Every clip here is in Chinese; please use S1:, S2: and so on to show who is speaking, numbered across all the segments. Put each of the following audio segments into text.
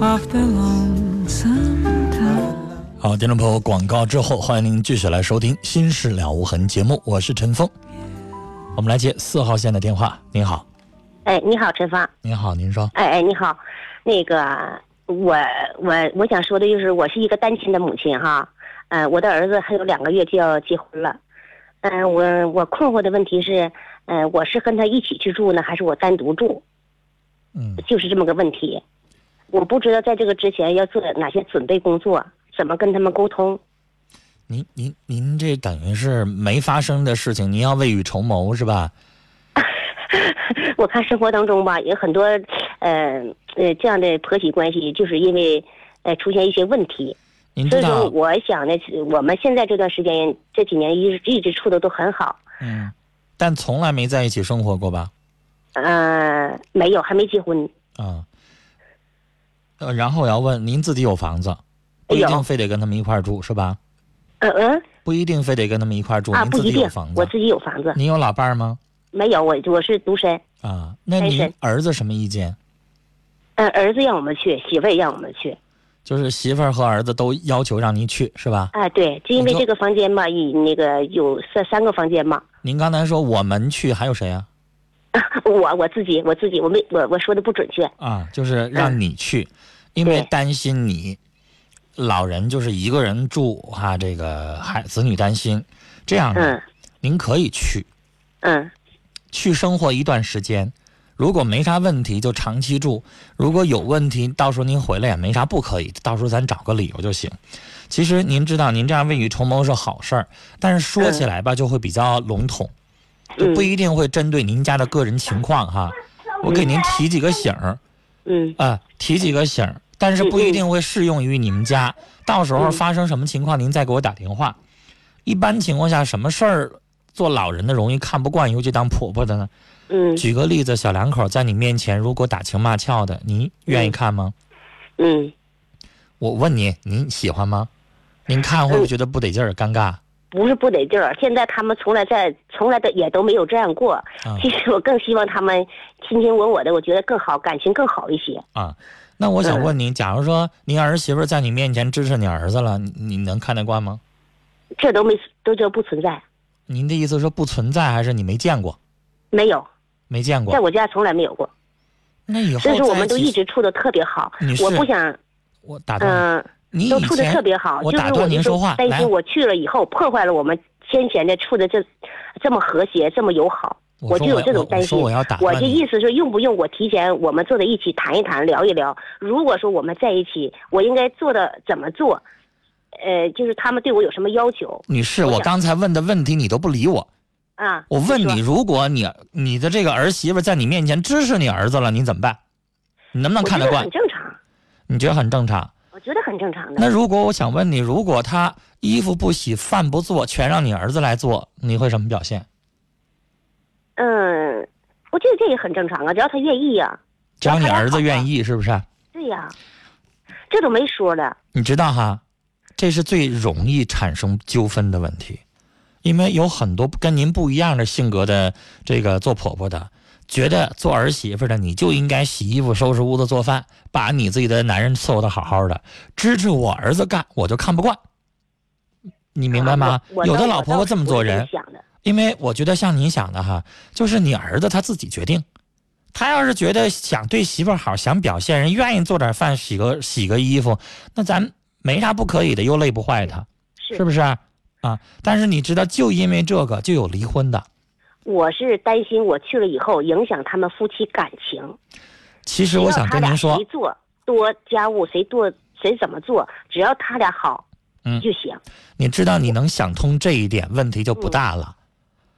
S1: After lonesome time
S2: 好，听众朋友，广告之后，欢迎您继续来收听《心事了无痕》节目，我是陈峰。我们来接四号线的电话。您好，
S3: 哎，你好，陈芳。
S2: 您好，您说，
S3: 哎哎，你好，那个我我我想说的就是，我是一个单亲的母亲哈。呃，我的儿子还有两个月就要结婚了。嗯、我我困惑的问题是，呃，我是跟他一起去住呢，还是我单独住？
S2: 嗯，
S3: 就是这么个问题。我不知道在这个之前要做哪些准备工作，怎么跟他们沟通。
S2: 您您您这等于是没发生的事情，您要未雨绸缪是吧？
S3: 我看生活当中吧，有很多，呃呃这样的婆媳关系，就是因为呃出现一些问题。
S2: 您
S3: 所
S2: 知
S3: 以说，
S2: 道，
S3: 我想呢，我们现在这段时间这几年一直一直处的都很好，
S2: 嗯，但从来没在一起生活过吧？
S3: 呃，没有还没结婚，
S2: 啊、呃，然后我要问，您自己有房子，不一定
S3: 有
S2: 非得跟他们一块儿住是吧？
S3: 嗯嗯
S2: 不一定非得跟他们一块儿住，
S3: 啊，
S2: 您
S3: 不
S2: 自
S3: 一
S2: 己
S3: 定
S2: 有房，
S3: 我
S2: 子，
S3: 自己有房子，
S2: 您有老伴儿吗？
S3: 没有我我是独身，
S2: 啊，那
S3: 单
S2: 您
S3: 身
S2: 儿子什么意见？
S3: 嗯，儿子让我们去，媳妇儿也让我们去，
S2: 就是媳妇儿和儿子都要求让您去，是吧？
S3: 啊，对，就因为
S2: 你说
S3: 这个房间吧，以那个有三三个房间嘛，
S2: 您刚才说我们去，还有谁啊呀、
S3: 我我自己我自己我没我我说的不准确，
S2: 啊？就是让你去，因为
S3: 嗯对
S2: 担心你老人就是一个人住哈、这个孩子女担心。这样呢，
S3: 嗯
S2: 您可以去
S3: 嗯
S2: 去生活一段时间，如果没啥问题就长期住，如果有问题，到时候您回来也没啥不可以，到时候咱找个理由就行。其实您知道，您这样未雨绸缪是好事儿，但是说起来吧，就会比较笼统。就
S3: 嗯
S2: 不一定会针对您家的个人情况哈。我给您提几个醒儿
S3: 嗯
S2: 啊、提几个醒儿，但是不一定会适用于你们家。到时
S3: 嗯
S2: 候发生什么情况，您再给我打电话。一般情况下，什么事儿做老人的容易看不惯，尤其当婆婆的呢？
S3: 嗯
S2: 举个例子，小两口在你面前如果打情骂俏的，您愿意看吗？
S3: 嗯，
S2: 我问你，您喜欢吗？您看会不会觉得不得劲儿、尴尬？
S3: 不是不得劲儿，现在他们从来在从来都也都没有这样过，
S2: 啊
S3: 其实我更希望他们卿卿我我的，我觉得更好，感情更好一些。
S2: 啊，那我想问您，假如说您儿媳妇儿在你面前支持你儿子了，你你能看得惯吗？
S3: 这都没都这不存在，
S2: 您的意思说不存在，还是你没见过？
S3: 没有，
S2: 没见过
S3: 在。我家从来没有过，
S2: 那以后
S3: 所以说我
S2: 在
S3: 们都
S2: 起
S3: 一直处的特别好
S2: 你。
S3: 我
S2: 是
S3: 不想，
S2: 我打断、
S3: 嗯、
S2: 你
S3: 都
S2: 以
S3: 处的
S2: 前
S3: 特别好，
S2: 我
S3: 就是
S2: 打
S3: 我
S2: 断您
S3: 就
S2: 说话，
S3: 担
S2: 来
S3: 心，我去了以后破坏了我们先前的处的这这么和谐，这么友好，
S2: 我
S3: 就
S2: 说
S3: 有
S2: 我
S3: 这种
S2: 我
S3: 担
S2: 我
S3: 心
S2: 说。我要打
S3: 我
S2: 断
S3: 的
S2: 你
S3: 意思是，用不用我提前我们坐在一起谈一谈，聊一聊？如果说我们在一起，我应该做的怎么做？呃，就是他们对我有什么要求
S2: 女士，
S3: 我
S2: 我
S3: 想
S2: 刚才问的问题你都不理我。
S3: 啊？
S2: 我问
S3: 说
S2: 你，，如果你你的这个儿媳妇在你面前支持你儿子了，你怎么办？你能不能
S3: 我
S2: 看
S3: 觉
S2: 得
S3: 得
S2: 惯
S3: 很？嗯正常，
S2: 你觉得很正常。
S3: 我觉得很正常
S2: 那
S3: 的。
S2: 如果我想问你，如果他衣服不洗、饭不做，全让你儿子来做，你会什么表现？
S3: 嗯，我觉得这也很正常啊，只要他愿意呀、
S2: 只要你儿子愿
S3: 意，
S2: 意，是不是？
S3: 对呀、这都没说的。
S2: 你知道哈，这是最容易产生纠纷的问题，因为有很多跟您不一样的性格的这个做婆婆的，觉得做儿媳妇的你就应该洗衣服、收拾屋子、做饭，把你自己的男人伺候的好好的，支持我儿子干，我就看不惯。你明白吗
S3: 啊？我我
S2: 有的
S3: 倒
S2: 老婆婆这么做
S3: 我
S2: 人
S3: 倒是，不是这么想的，
S2: 因为我觉得像你想的哈，就是你儿子他自己决定，他要是觉得想对媳妇儿好，想表现人，愿意做点饭，洗个洗个衣服，那咱没啥不可以的，又累不坏他，
S3: 是
S2: 是不是啊？啊但是你知道，就因为这个就有离婚的。
S3: 我是担心我去了以后影响他们夫妻感情。
S2: 其实我
S3: 只要
S2: 想
S3: 他
S2: 跟
S3: 俩
S2: 您说
S3: 谁，做多家务，谁做谁怎么做，只要他俩好，
S2: 嗯
S3: 就行。
S2: 你知道你能想通这一点，问题就不
S3: 嗯
S2: 大了。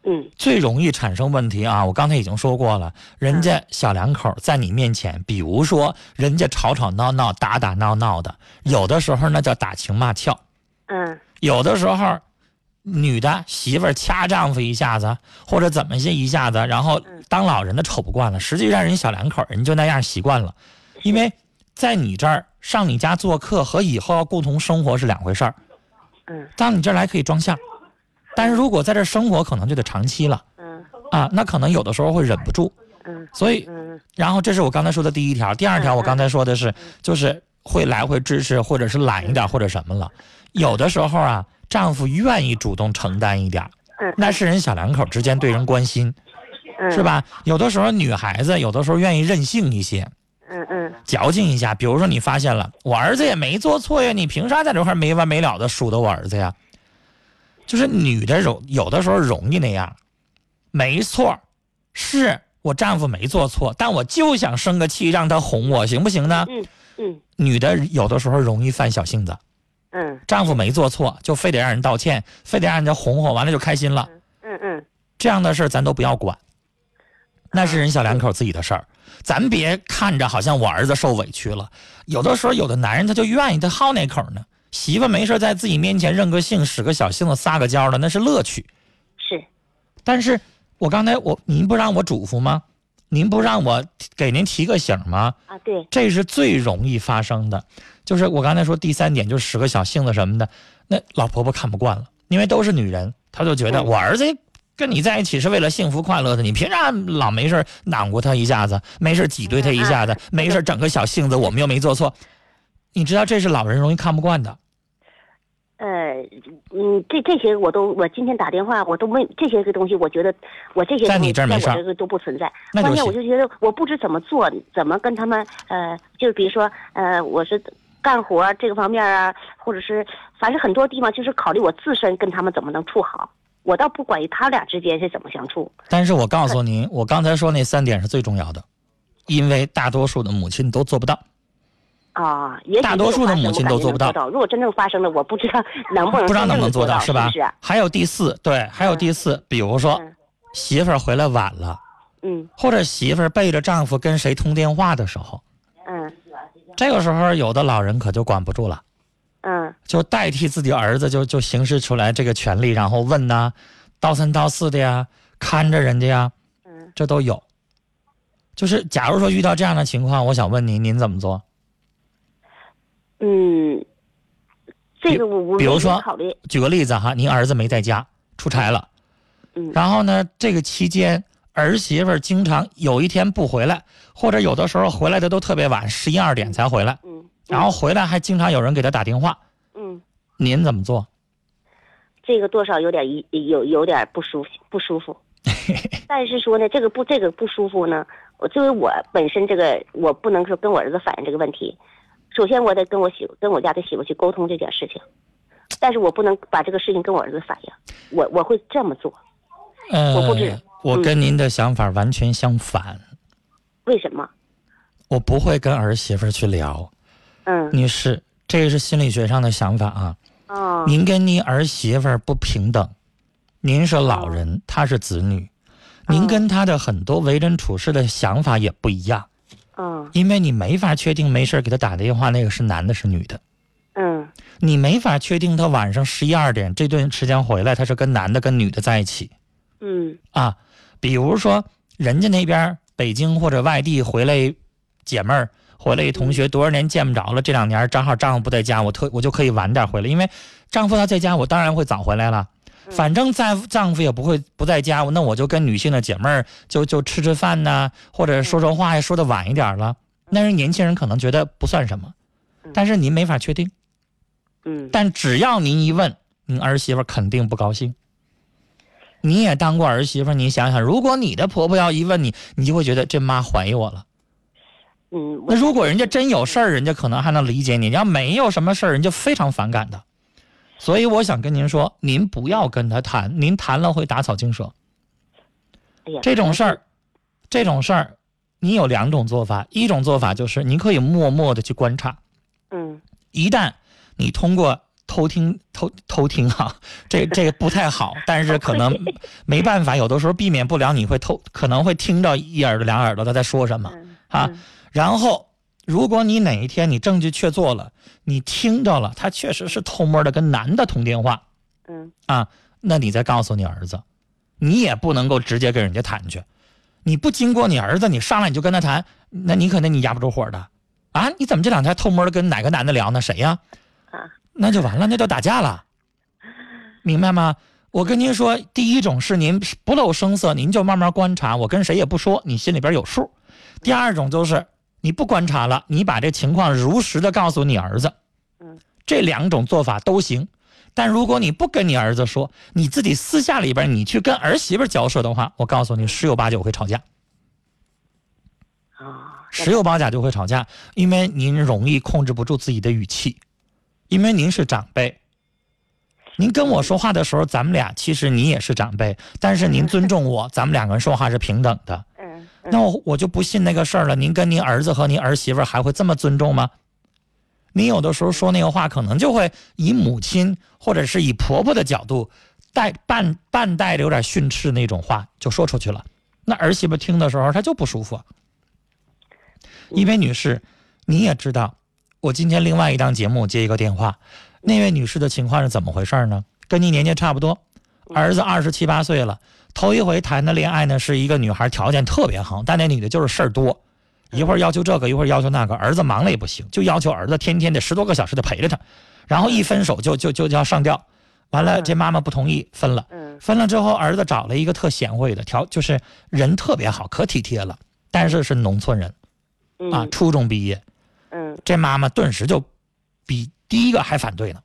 S3: 嗯，
S2: 最容易产生问题啊！我刚才已经说过了，人
S3: 嗯
S2: 家小两口在你面前，比如说人家吵吵闹闹、打打闹闹的，有的时候那叫打情骂俏，
S3: 嗯，
S2: 有的时候女的媳妇儿掐丈夫一下子，或者怎么些一下子，然后
S3: 嗯
S2: 当老人的瞅不惯了，实际让人小两口人就那样习惯了，因为在你这儿上你家做客和以后要共同生活是两回事儿。
S3: 嗯，
S2: 到你这儿来可以装相，但是如果在这儿生活，可能就得长期了。
S3: 嗯
S2: 啊，那可能有的时候会忍不住，
S3: 嗯
S2: 所以，
S3: 嗯
S2: 然后这是我刚才说的第一条，第二条我刚才说的是，就是会来回支持，或者是懒一点，或者什么了。有的时候啊，丈夫愿意主动承担一点儿，
S3: 嗯
S2: 那是人小两口之间对人关心，
S3: 嗯，
S2: 是？吧？有的时候女孩子有的时候愿意任性一些，
S3: 嗯嗯
S2: 矫情一下。比如说你发现了，我儿子也没做错呀，你凭啥在这块儿没完没了的数落我儿子呀？就是女的容有的时候容易那样，没错儿，是我丈夫没做错，但我就想生个气让他哄我，行不行呢？
S3: 嗯嗯
S2: 女的有的时候容易犯小性子，
S3: 嗯
S2: 丈夫没做错就非得让人道歉，非得让人家哄哄，完了就开心了。
S3: 嗯嗯，
S2: 这样的事儿咱都不要管，那是人小两口自己的事儿，咱别看着好像我儿子受委屈了。有的时候，有的男人他就愿意，他好那口呢。媳妇没事在自己面前认个性、使个小性子、撒个娇的，那是乐趣。
S3: 是
S2: 但是我刚才我您不让我嘱咐吗？您不让我给您提个醒吗？
S3: 啊，对，
S2: 这是最容易发生的。就是我刚才说第三点，就是使个小性子什么的，那老婆婆看不惯了，因为都是女人，她就觉得
S3: 嗯
S2: 我儿子跟你在一起是为了幸福快乐的，你凭啥老没事儿囊过他一下子，没事儿挤兑他一下子，没事儿整个小性子，我们又没做错。你知道这是老人容易看不惯的，
S3: 呃，嗯，这这些我都，我今天打电话我都没这些个东西，我觉得我这些
S2: 在
S3: 东西
S2: 你这儿没事儿
S3: 在我这儿都不存在。
S2: 那就
S3: 关键我
S2: 行
S3: 就觉得我不知怎么做，怎么跟他们呃，就是比如说呃，我是干活儿这个方面啊，或者是反正很多地方就是考虑我自身跟他们怎么能处好。我倒不管他俩之间是怎么相处，
S2: 但是我告诉您，我刚才说那三点是最重要的，因为大多数的母亲都做不到。
S3: 啊，也许
S2: 大多数的母亲都做不到
S3: 到。如果真正发生了，我不知 道能不能
S2: 不知道能不能
S3: 真正地
S2: 做到，
S3: 到，
S2: 吧？
S3: 是不啊是？
S2: 还有第四，对，还有第四，比如说、
S3: 嗯
S2: 媳妇儿回来晚了，
S3: 嗯
S2: 或者媳妇儿背着丈夫跟谁通电话的时候，
S3: 嗯
S2: 这个时候有的老人可就管不住了，
S3: 嗯
S2: 就代替自己儿子就就行使出来这个权利，然后问呐、道三道四的呀，看着人家呀，
S3: 嗯，
S2: 这都有。就是假如说遇到这样的情况，我想问您，您怎么做？
S3: 嗯，这个我我
S2: 比如说
S3: 没有考虑，
S2: 举个例子哈，您儿子没在家，出差了，
S3: 嗯
S2: 然后呢，这个期间儿媳妇儿经常有一天不回来，或者有的时候回来的都特别晚，十一二点才回来，
S3: 嗯，
S2: 然后回来还经常有人给她打电话，
S3: 嗯，
S2: 您怎么做？
S3: 这个多少有点一有有点不舒服不舒 服。但是说呢，这个不这个不舒服呢，我作为我本身这个我不能说跟我儿子反映这个问题，首先我得跟我媳跟我家的媳妇去沟通这件事情，但是我不能把这个事情跟我儿子反映，我我会这么做，
S2: 呃，
S3: 我不嗯知
S2: 我跟您的想法完全相反，
S3: 为什么？
S2: 我不会跟儿媳妇儿去聊。
S3: 嗯，
S2: 女士，这个是心理学上的想法啊。
S3: 哦，
S2: 您跟您儿媳妇儿不平等，您是老人，她是子女，您跟她的很多为人处事的想法也不一样，
S3: 嗯
S2: 因为你没法确定没事儿给她打电话那个是男的是女的，
S3: 嗯
S2: 你没法确定她晚上十一二点这段时间回来她是跟男的跟女的在一起
S3: 嗯
S2: 啊。比如说人家那边儿北京或者外地回来姐妹儿。回来一同学多少年见不着了，这两年正好丈夫不在家，我特我就可以晚点回来，因为丈夫他在家，我当然会早回来了。
S3: 嗯
S2: 反正在丈夫也不会不在家，那我就跟女性的姐妹儿就就吃吃饭呐、或者说说话呀，说的晚一点了。但是年轻人可能觉得不算什么，但是您没法确定。
S3: 嗯
S2: 但只要您一问，您儿媳妇儿肯定不高兴。你也当过儿媳妇儿，你想想，如果你的婆婆要一问你，你就会觉得这妈怀疑我了。
S3: 嗯，
S2: 那如果人家真有事儿，人家可能还能理解你；要没有什么事儿，人家非常反感的。所以我想跟您说，您不要跟他谈，您谈了会打草惊蛇。
S3: 哎呀
S2: 这种事儿，这种事儿，你有两种做法：一种做法就是你可以默默的去观察，
S3: 嗯
S2: 一旦你通过偷听、偷偷听哈、 这这个不太 好，但是可能没办法，有的时候避免不了，你会偷，可能会听到一耳朵、两耳朵他在说什么
S3: 嗯
S2: 啊。
S3: 嗯
S2: 然后，如果你哪一天你证据确凿了，你听到了他确实是偷摸的跟男的通电话
S3: 嗯
S2: 啊，那你再告诉你儿子，你也不能够直接跟人家谈去，你不经过你儿子，你上来你就跟他谈，那你可能你压不住火的啊！你怎么这两天偷摸的跟哪个男的聊呢？谁呀、
S3: 啊
S2: 那就完了，那就打架 了，明白吗？我跟您说，第一种是您不露声色，您就慢慢观察，我跟谁也不说，你心里边有数；第二种就是你不观察了，你把这情况如实的告诉你儿子
S3: 嗯。
S2: 这两种做法都行，但如果你不跟你儿子说，你自己私下里边你去跟儿媳妇交涉的话，我告诉你，十有八九会吵架。
S3: 啊，
S2: 十有八九就会吵架，因为您容易控制不住自己的语气，因为您是长辈。您跟我说话的时候，咱们俩其实你也是长辈，但是您尊重我，咱们两个人说话是平等的。
S3: 嗯嗯
S2: 那我我就不信那个事儿了。您跟您儿子和您儿媳妇儿还会这么尊重吗？您有的时候说那个话，可能就会以母亲或者是以婆婆的角度，带半半带着有点训斥那种话就说出去了。那儿媳妇听的时候，她就不舒服啊。因为女士，你也知道，我今天另外一档节目接一个电话，那位女士的情况是怎么回事呢？跟您年纪差不多，儿子二十七八岁了，头一回谈的恋爱呢，是一个女孩，条件特别好，但那女的就是事儿多，一会儿要求这个，一会儿要求那个，儿子忙了也不行，就要求儿子天天得十多个小时得陪着她，然后一分手就就就就要上吊，完了这妈妈不同意分了，
S3: 嗯
S2: 分了之后儿子找了一个特贤惠的条，就是人特别好，可体贴了，但是是农村人
S3: 嗯
S2: 啊，初中毕业，
S3: 嗯
S2: 这妈妈顿时就比第一个还反对呢，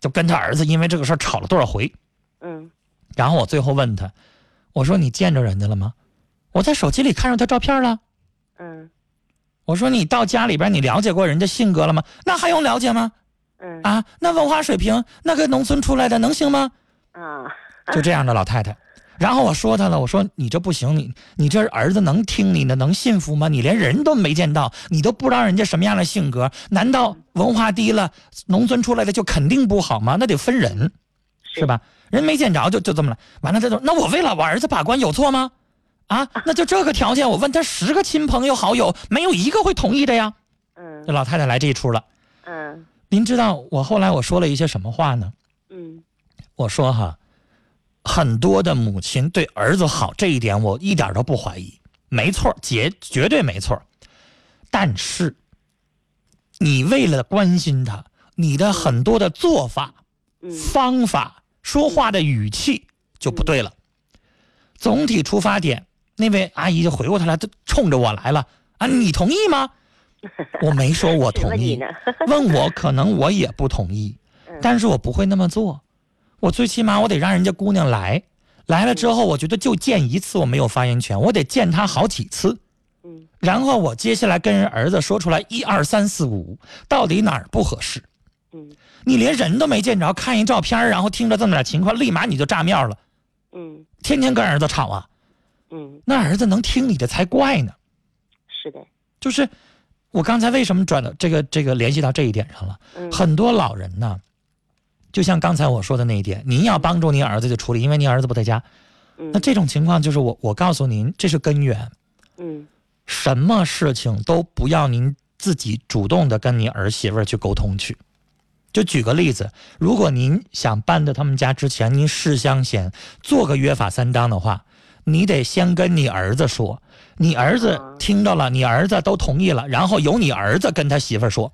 S2: 就跟她儿子因为这个事儿吵了多少回。
S3: 嗯
S2: 然后我最后问她，我说你见着人家了吗？我在手机里看着她照片了。
S3: 嗯
S2: 我说你到家里边你了解过人家性格了吗？那还用了解吗？
S3: 嗯
S2: 啊，那文化水平，那个农村出来的能行吗？
S3: 啊
S2: 就这样的老太太。然后我说她了，我说你这不行，你你这儿子能听你的，能信服吗？你连人都没见到，你都不知道人家什么样的性格，难道文化低了，农村出来的就肯定不好吗？那得分人，是吧？人没见着就就这么了，完了这就那我为了我儿子把关有错吗？啊，那就这个条件，我问他十个亲朋友好友，没有一个会同意的呀。
S3: 嗯
S2: 这老太太来这一出了，
S3: 嗯
S2: 您知道我后来我说了一些什么话呢？
S3: 嗯
S2: 我说哈，很多的母亲对儿子好这一点，我一点都不怀疑，没错儿，绝绝对没错儿。但是，你为了关心他，你的很多的做法、
S3: 嗯
S2: 方法、说话的语气就不对了。总体出发点，那位阿姨就回过头来，就冲着我来了啊！你同意吗？我没说我
S3: 只
S2: 同
S3: 问你
S2: 意
S3: 呢，
S2: 问我可能我也不同意，但是我不会那么做。我最起码我得让人家姑娘来，来了之后，我觉得就见一次我没有发言权，我得见她好几次。
S3: 嗯
S2: 然后我接下来跟人儿子说出来一二三四五，到底哪儿不合适？
S3: 嗯
S2: 你连人都没见着，看一照片儿，然后听着这么点情况，立马你就炸庙了，
S3: 嗯
S2: 天天跟儿子吵啊，
S3: 嗯，
S2: 那儿子能听你的才怪呢。
S3: 是的，
S2: 就是我刚才为什么转到这个这个联系到这一点上了？
S3: 嗯
S2: 很多老人呢，就像刚才我说的那一点，您要帮助您儿子就处理，因为您儿子不在家。
S3: 嗯
S2: 那这种情况就是我我告诉您，这是根源，
S3: 嗯
S2: 什么事情都不要您自己主动的跟您儿媳妇儿去沟通去。就举个例子，如果您想搬到他们家之前，您事先先做个约法三章的话，你得先跟你儿子说，你儿子
S3: 啊
S2: 听到了，你儿子都同意了，然后由你儿子跟他媳妇儿说，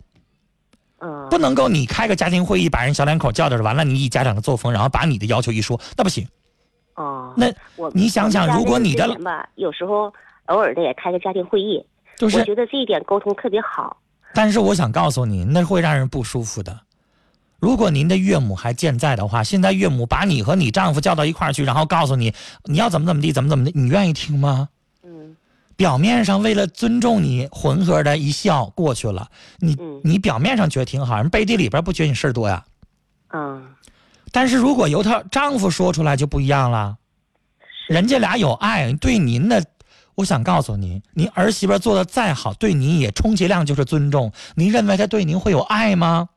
S3: 嗯
S2: 不能够你开个家庭会议把人小两口叫到这儿，完了你以家长的作风，然后把你的要求一说，那不行。
S3: 哦，
S2: 那
S3: 我
S2: 你想想
S3: 我们家
S2: 如果
S3: 那个
S2: 你的
S3: 之前吧，有时候偶尔的也开个家庭会议，
S2: 就
S3: 我
S2: 是
S3: 觉得这一点沟通特别好。
S2: 但是我想告诉您，那会让人不舒服的。如果您的岳母还健在的话，现在岳母把你和你丈夫叫到一块儿去，然后告诉你你要怎么怎么地，怎么怎么地，你愿意听吗？
S3: 嗯
S2: 表面上为了尊重你，浑和的一笑过去了。你
S3: 嗯
S2: 你表面上觉得挺好，人背地里边不觉得你事儿多呀。
S3: 嗯，
S2: 但是如果由她丈夫说出来就不一样了，人家俩有爱，对您的，我想告诉您，您儿媳妇做的再好，对您也充其量就是尊重。您认为她对您会有爱吗？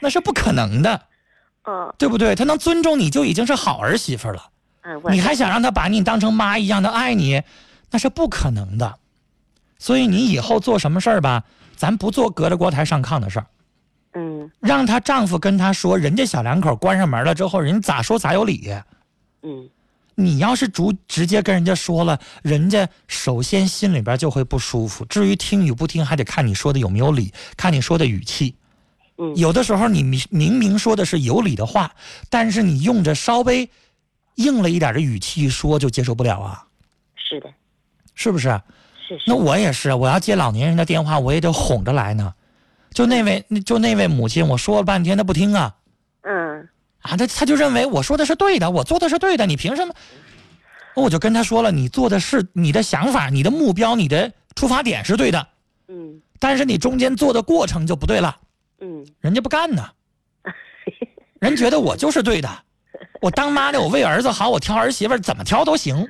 S2: 那是不可能的，
S3: 哦，
S2: 对不对？她能尊重你就已经是好儿媳妇了，
S3: 嗯，我
S2: 你还想让她把你当成妈一样的爱你，那是不可能的。所以你以后做什么事儿吧，咱不做隔着锅台上炕的事儿。
S3: 嗯
S2: 让她丈夫跟她说，人家小两口关上门了之后，人家咋说咋有理。
S3: 嗯
S2: 你要是逐直接跟人家说了，人家首先心里边就会不舒服。至于听与不听，还得看你说的有没有理，看你说的语气。
S3: 嗯
S2: 有的时候你明明明说的是有理的话，但是你用着稍微硬了一点的语气说，就接受不了啊，
S3: 是的，
S2: 是不是？
S3: 是是
S2: 那，我也是，啊我要接老年人的电话，我也得哄着来呢。就那位，就那位母亲，我说了半天，她不听啊
S3: 嗯
S2: 啊，她她就认为我说的是对的，我做的是对的，你凭什么？我就跟他说了，你做的是你的想法、你的目标、你的出发点是对的，
S3: 嗯
S2: 但是你中间做的过程就不对了，
S3: 嗯
S2: 人家不干呢，人觉得我就是对的，我当妈的，我为儿子好，我挑儿媳妇儿怎么挑都行。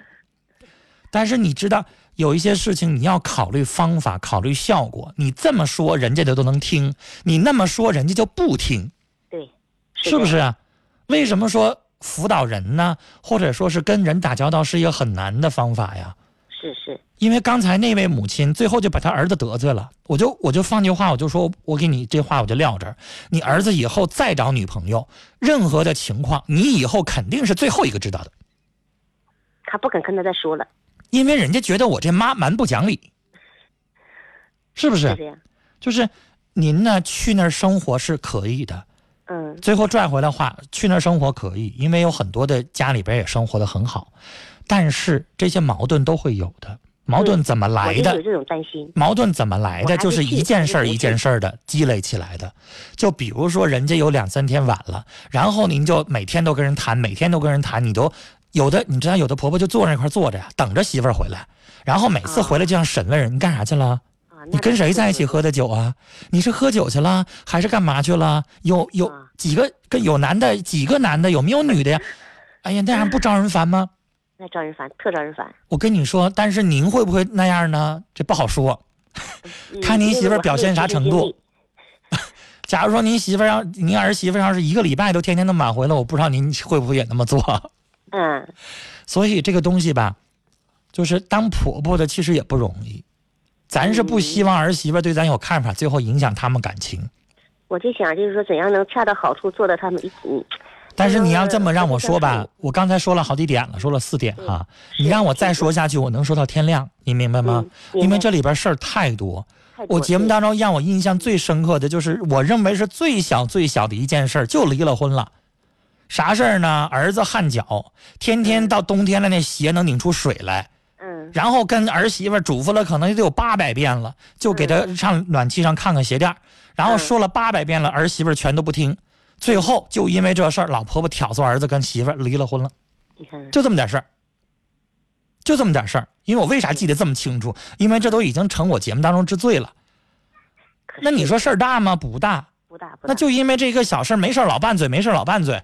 S2: 但是你知道，有一些事情你要考虑方法，考虑效果。你这么说，人家都都能听；你那么说，人家就不听。
S3: 对，
S2: 是不
S3: 的？
S2: 是啊？为什么说辅导人呢，或者说是跟人打交道是一个很难的方法呀？
S3: 是是，
S2: 因为刚才那位母亲最后就把她儿子得罪了，我就我就放句话，我就说，我给你这话我就撂这儿，你儿子以后再找女朋友，任何的情况，你以后肯定是最后一个知道的，
S3: 他不肯跟他再说了，
S2: 因为人家觉得我这妈蛮不讲理，是不
S3: 是
S2: 是？
S3: 这样。
S2: 就是您呢去那儿生活是可以的，
S3: 嗯
S2: 最后拽回来话，去那儿生活可以，因为有很多的家里边也生活的很好，但是这些矛盾都会有的。矛盾怎么来
S3: 嗯我就有
S2: 的？
S3: 这种担心。
S2: 矛盾怎么来
S3: 我
S2: 的？
S3: 还
S2: 就是
S3: 没去
S2: 一件事儿
S3: 我就
S2: 一件事儿的积累起来的。就比如说，人家有两三天晚了，然后您就每天都跟人谈，每天都跟人谈，你都有的，你知道有的婆婆就坐那块儿坐着呀，等着媳妇儿回来，然后每次
S3: 啊
S2: 回来就像审问人，你干啥去了？
S3: 啊，
S2: 你跟谁在一起
S3: 喝？
S2: 喝的酒啊？你是喝酒去了，还是干嘛去了？有有
S3: 啊
S2: 几个跟有男的，几个男的，有没有女的呀？哎呀，那样不招人烦吗？
S3: 那招人烦，特招人烦。
S2: 我跟你说，但是您会不会那样呢？这不好说。
S3: 嗯
S2: 看您媳妇儿表现啥程度。假如说您媳妇儿要您儿媳妇儿要是一个礼拜都天天都满回来，我不知道您会不会也那么做。
S3: 因为我还没有经历嗯，
S2: 所以这个东西吧，就是当婆婆的其实也不容易。咱是不希望儿媳妇儿对咱有看法，最后影响他们感情。
S3: 我就想就是说怎样能恰到好处做到他们一嗯，
S2: 但是你要这么让我说
S3: 嗯
S2: 吧，我刚才说了好几点了，说了四点哈、
S3: 嗯
S2: 你让
S3: 是
S2: 我再说下去，我能说到天亮，你明白吗
S3: 嗯？明
S2: 因为
S3: 白
S2: 这里边事儿太多。
S3: 太多
S2: 我节目
S3: 了
S2: 当中让我印象最深刻的就是，我认为是最小最小的一件事儿，就离了婚了。啥事儿呢？儿子汗脚，天天到冬天了，那鞋能拧出水来。
S3: 嗯
S2: 然后跟儿媳妇儿嘱咐了，可能也得有八百遍了，就给她上暖气上看看鞋垫儿，然后说了八百遍了，儿媳妇儿全都不听。最后就因为这事儿，老婆婆挑唆儿子跟媳妇儿离了婚了，
S3: 你看，
S2: 就这么点事儿，就这么点事儿。因为我为啥记得这么清楚？因为这都已经成我节目当中之最了。
S3: 可
S2: 那你
S3: 是
S2: 说事儿大吗？不大，
S3: 不大不大，
S2: 那就因为这个小事儿没事儿老拌嘴，没事儿老拌嘴。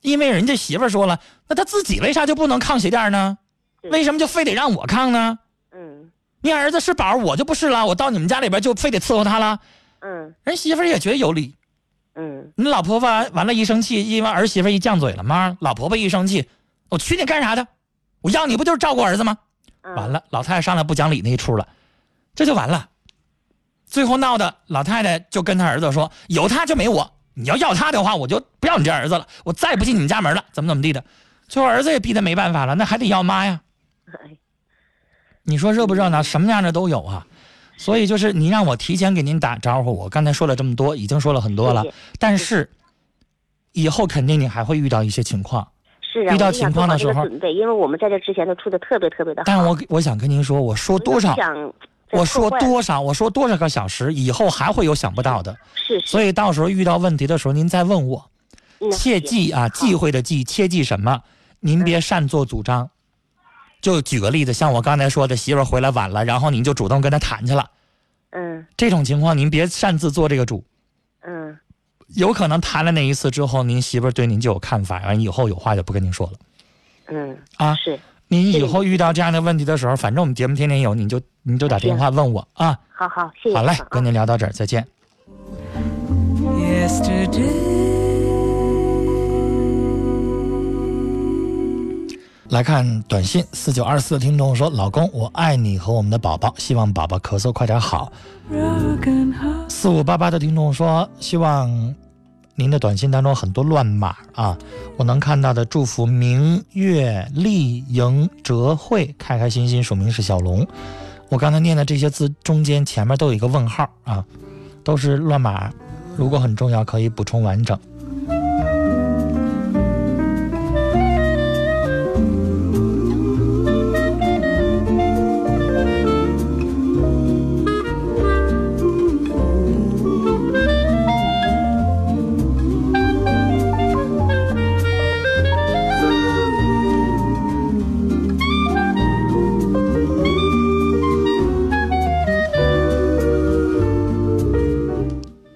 S2: 因为人家媳妇儿说了，那他自己为啥就不能抗鞋垫儿呢？
S3: 对
S2: 为什么就非得让我抗呢？
S3: 嗯
S2: 你儿子是宝儿，我就不是了，我到你们家里边就非得伺候他了。
S3: 嗯
S2: 人媳妇儿也觉得有理，
S3: 嗯，
S2: 你老婆婆完了，一生气，因为儿媳妇一犟嘴了妈，老婆婆一生气，我娶你干啥的？我要你不就是照顾儿子吗？
S3: 嗯
S2: 完，了，老太太上来不讲理那一出了，这就完了。最后闹的老太太就跟她儿子说：“有他就没我，你要要他的话，我就不要你这儿子了，我再不进你们家门了，怎么怎么地的。”最后儿子也逼得没办法了，那还得要妈呀。
S3: 哎
S2: 你说热不热闹？什么样的都有啊。所以就是你让我提前给您打招呼，我刚才说了这么多，已经说了很多了
S3: 谢谢，
S2: 但是以后肯定你还会遇到一些情况。
S3: 是啊，
S2: 遇到
S3: 我就想
S2: 情况
S3: 做好
S2: 的
S3: 这
S2: 时
S3: 个
S2: 候
S3: 准备，因为我们在这之前都处的特别特别的好，
S2: 但我我想跟您说，我说
S3: 我就
S2: 多少
S3: 不，想再
S2: 我说
S3: 破坏
S2: 多少，我说多少个小时，以后还会有想不到的。
S3: 是是，
S2: 所以到时候遇到问题的时候，您再问我，
S3: 嗯
S2: 切记啊，忌讳的忌，切记什么？您别擅作主张。
S3: 嗯
S2: 就举个例子，像我刚才说的，媳妇儿回来晚了，然后您就主动跟她谈去了，
S3: 嗯
S2: 这种情况您别擅自做这个主。
S3: 嗯
S2: 有可能谈了那一次之后，您媳妇儿对您就有看法，完以后有话就不跟您说了。
S3: 嗯
S2: 啊
S3: 是
S2: 您以后遇到这样的问题的时候，反正我们节目天天有，您就您就打电话问我啊。
S3: 好好谢谢
S2: 好嘞
S3: 啊，
S2: 跟您聊到这儿，再见。来看短信，四九二四听众说：“老公，我爱你和我们的宝宝，希望宝宝咳嗽快点好。”
S1: broken heart.
S2: 四五八八的听众说：“希望您的短信当中很多乱码啊，我能看到的祝福明月丽莹哲慧开开心心，署名是小龙。我刚才念的这些字中间前面都有一个问号啊，都是乱码，如果很重要可以补充完整。”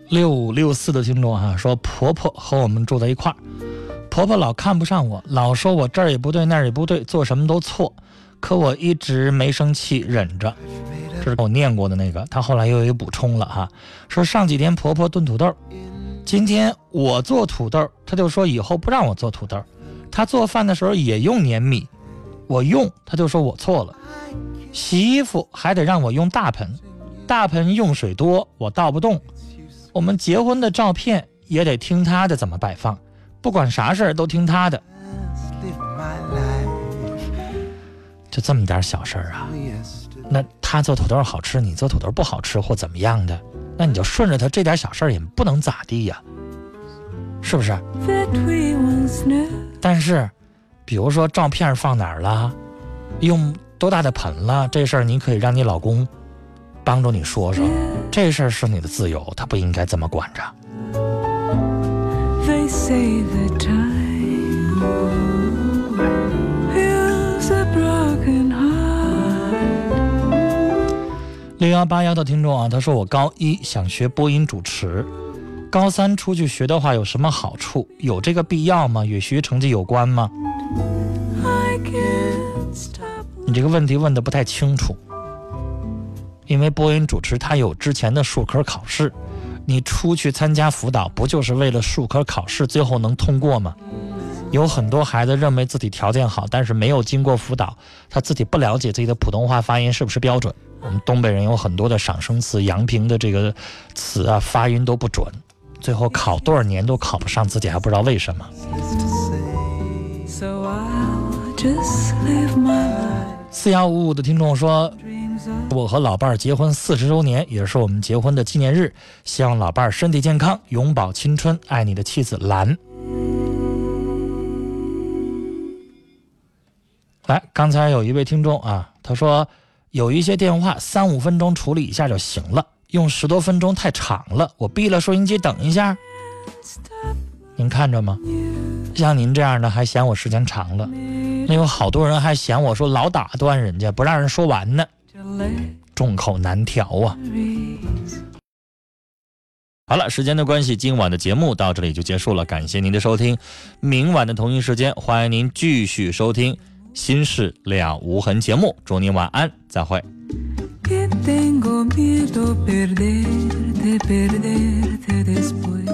S2: 六六四的听众啊，说婆婆和我们住在一块儿，婆婆老看不上我，老说我这儿也不对那儿也不对，做什么都错，可我一直没生气，忍着。这是我念过的那个，她后来又有补充了哈、说上几天婆婆炖土豆，今天我做土豆，她就说以后不让我做土豆，她做饭的时候也用粘米，我用，她就说我错了，洗衣服还得让我用大盆，大盆用水多，我倒不动。我们结婚的照片也得听他的怎么摆放，不管啥事儿都听他的，就这么点小事儿啊。那他做土豆好吃，你做土豆不好吃或怎么样的，那你就顺着他这点小事儿也不能咋地呀、是不是？
S1: that we once knew.
S2: 但是，比如说照片放哪儿了，用多大的盆了，这事儿你可以让你老公帮助你说说，这事儿是你的自由，他不应该这么管着。
S1: They say that time heals a broken heart.
S2: 六幺八幺的听众啊，他说我高一想学播音主持，高三出去学的话有什么好处？有这个必要吗？与学习成绩有关吗？
S1: I can't stop
S2: 你这个问题问的不太清楚，因为播音主持它有之前的数科考试，你出去参加辅导不就是为了数科考试最后能通过吗？有很多孩子认为自己条件好，但是没有经过辅导，他自己不了解自己的普通话发音是不是标准。我们东北人有很多的赏声词、阳平的这个词啊，发音都不准，最后考多少年都考不上，自己还不知道为什么。
S1: So I'll just live my life.
S2: 四幺五五的听众说，
S1: Dreams of
S2: 我和老伴儿结婚四十周年，也是我们结婚的纪念日，希望老伴儿身体健康，永葆青春。爱你的妻子兰。来，刚才有一位听众啊，他说有一些电话三五分钟处理一下就行了，用十多分钟太长了。我闭了收音机等一下，您看着吗？像您这样的还嫌我时间长了，那有好多人还嫌我说老打断人家，不让人说完呢，众口难调啊。好了，时间的关系，今晚的节目到这里就结束了，感谢您的收听。明晚的同一时间，欢迎您继续收听《心事了无痕》节目，祝您晚安，再会。
S1: Que tengo miedo perderte, perderte después.